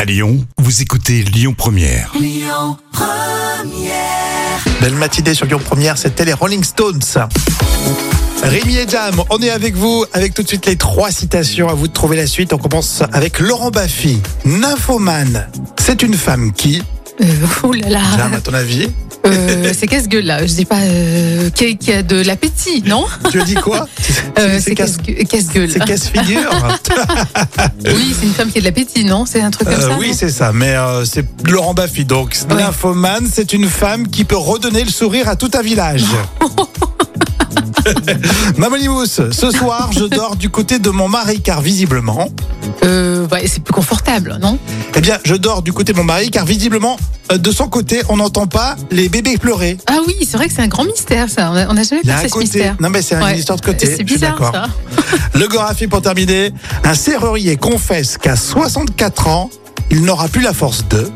À Lyon, vous écoutez Lyon Première. Belle matinée sur Lyon Première, c'était les Rolling Stones. Rémi et Jam, on est avec vous avec tout de suite les trois citations. À vous de trouver la suite. On commence avec Laurent Baffy. Nymphomane, c'est une femme qui, Euh, ouh là là, Jam, à ton avis, Euh, c'est casse-gueule là. Je dis pas euh, qui, qui a de l'appétit, non tu as dit quoi Euh, C'est C'est casse- casse-gue- casse-gueule. c'est casse-figure oui, c'est une femme qui a de l'appétit, non C'est un truc comme Euh, ça. Oui, non c'est ça, mais euh, c'est Laurent Baffy. Donc, Ouais. nymphomane, c'est une femme qui peut redonner le sourire à tout un village. Mamoni Mousse, ce soir, je dors du côté de mon mari, car visiblement... Euh, ouais, c'est plus confortable, non Eh bien, je dors du côté de mon mari car visiblement, euh, de son côté, on n'entend pas les bébés pleurer. Ah oui, c'est vrai que c'est un grand mystère ça. On a- on n'a jamais Il y a passé un ce côté. mystère. Non, mais c'est une Ouais. histoire de côté. C'est je suis bizarre d'accord. ça. Le Gorafi pour terminer. Un serrurier confesse qu'à 64 ans, il n'aura plus la force de.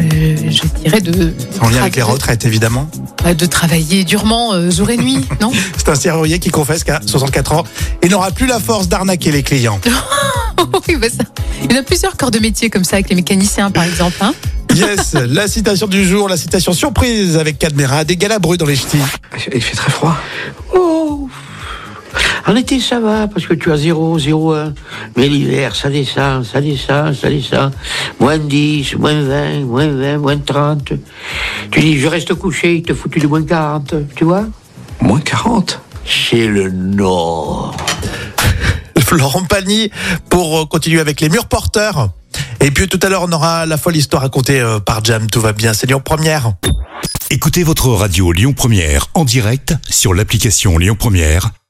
Euh, je dirais de. En lien avec les de- retraites, évidemment. bah, De travailler durement euh, jour et nuit, non C'est un serrurier qui confesse qu'à 64 ans, il n'aura plus la force d'arnaquer les clients. Oui, bah ça. Il y en a plusieurs corps de métier comme ça avec les mécaniciens par exemple. hein. Yes, la citation du jour, la citation surprise avec Cadmera, des galabrues dans les ch'tis. Il fait très froid. Oh En été, ça va, parce que tu as 0, 0, 1. Mais l'hiver, ça descend, ça descend, ça descend. Moins 10, moins 20, moins 20, moins 30. Tu dis, je reste couché, il te foutu du moins 40, tu vois Moins 40 C'est le Nord. Florent Pagny pour euh, continuer avec les murs porteurs. Et puis tout à l'heure, on aura la folle histoire racontée euh, par Jam. Tout va bien, c'est Lyon Première. Écoutez votre radio Lyon Première en direct sur l'application Lyon Première,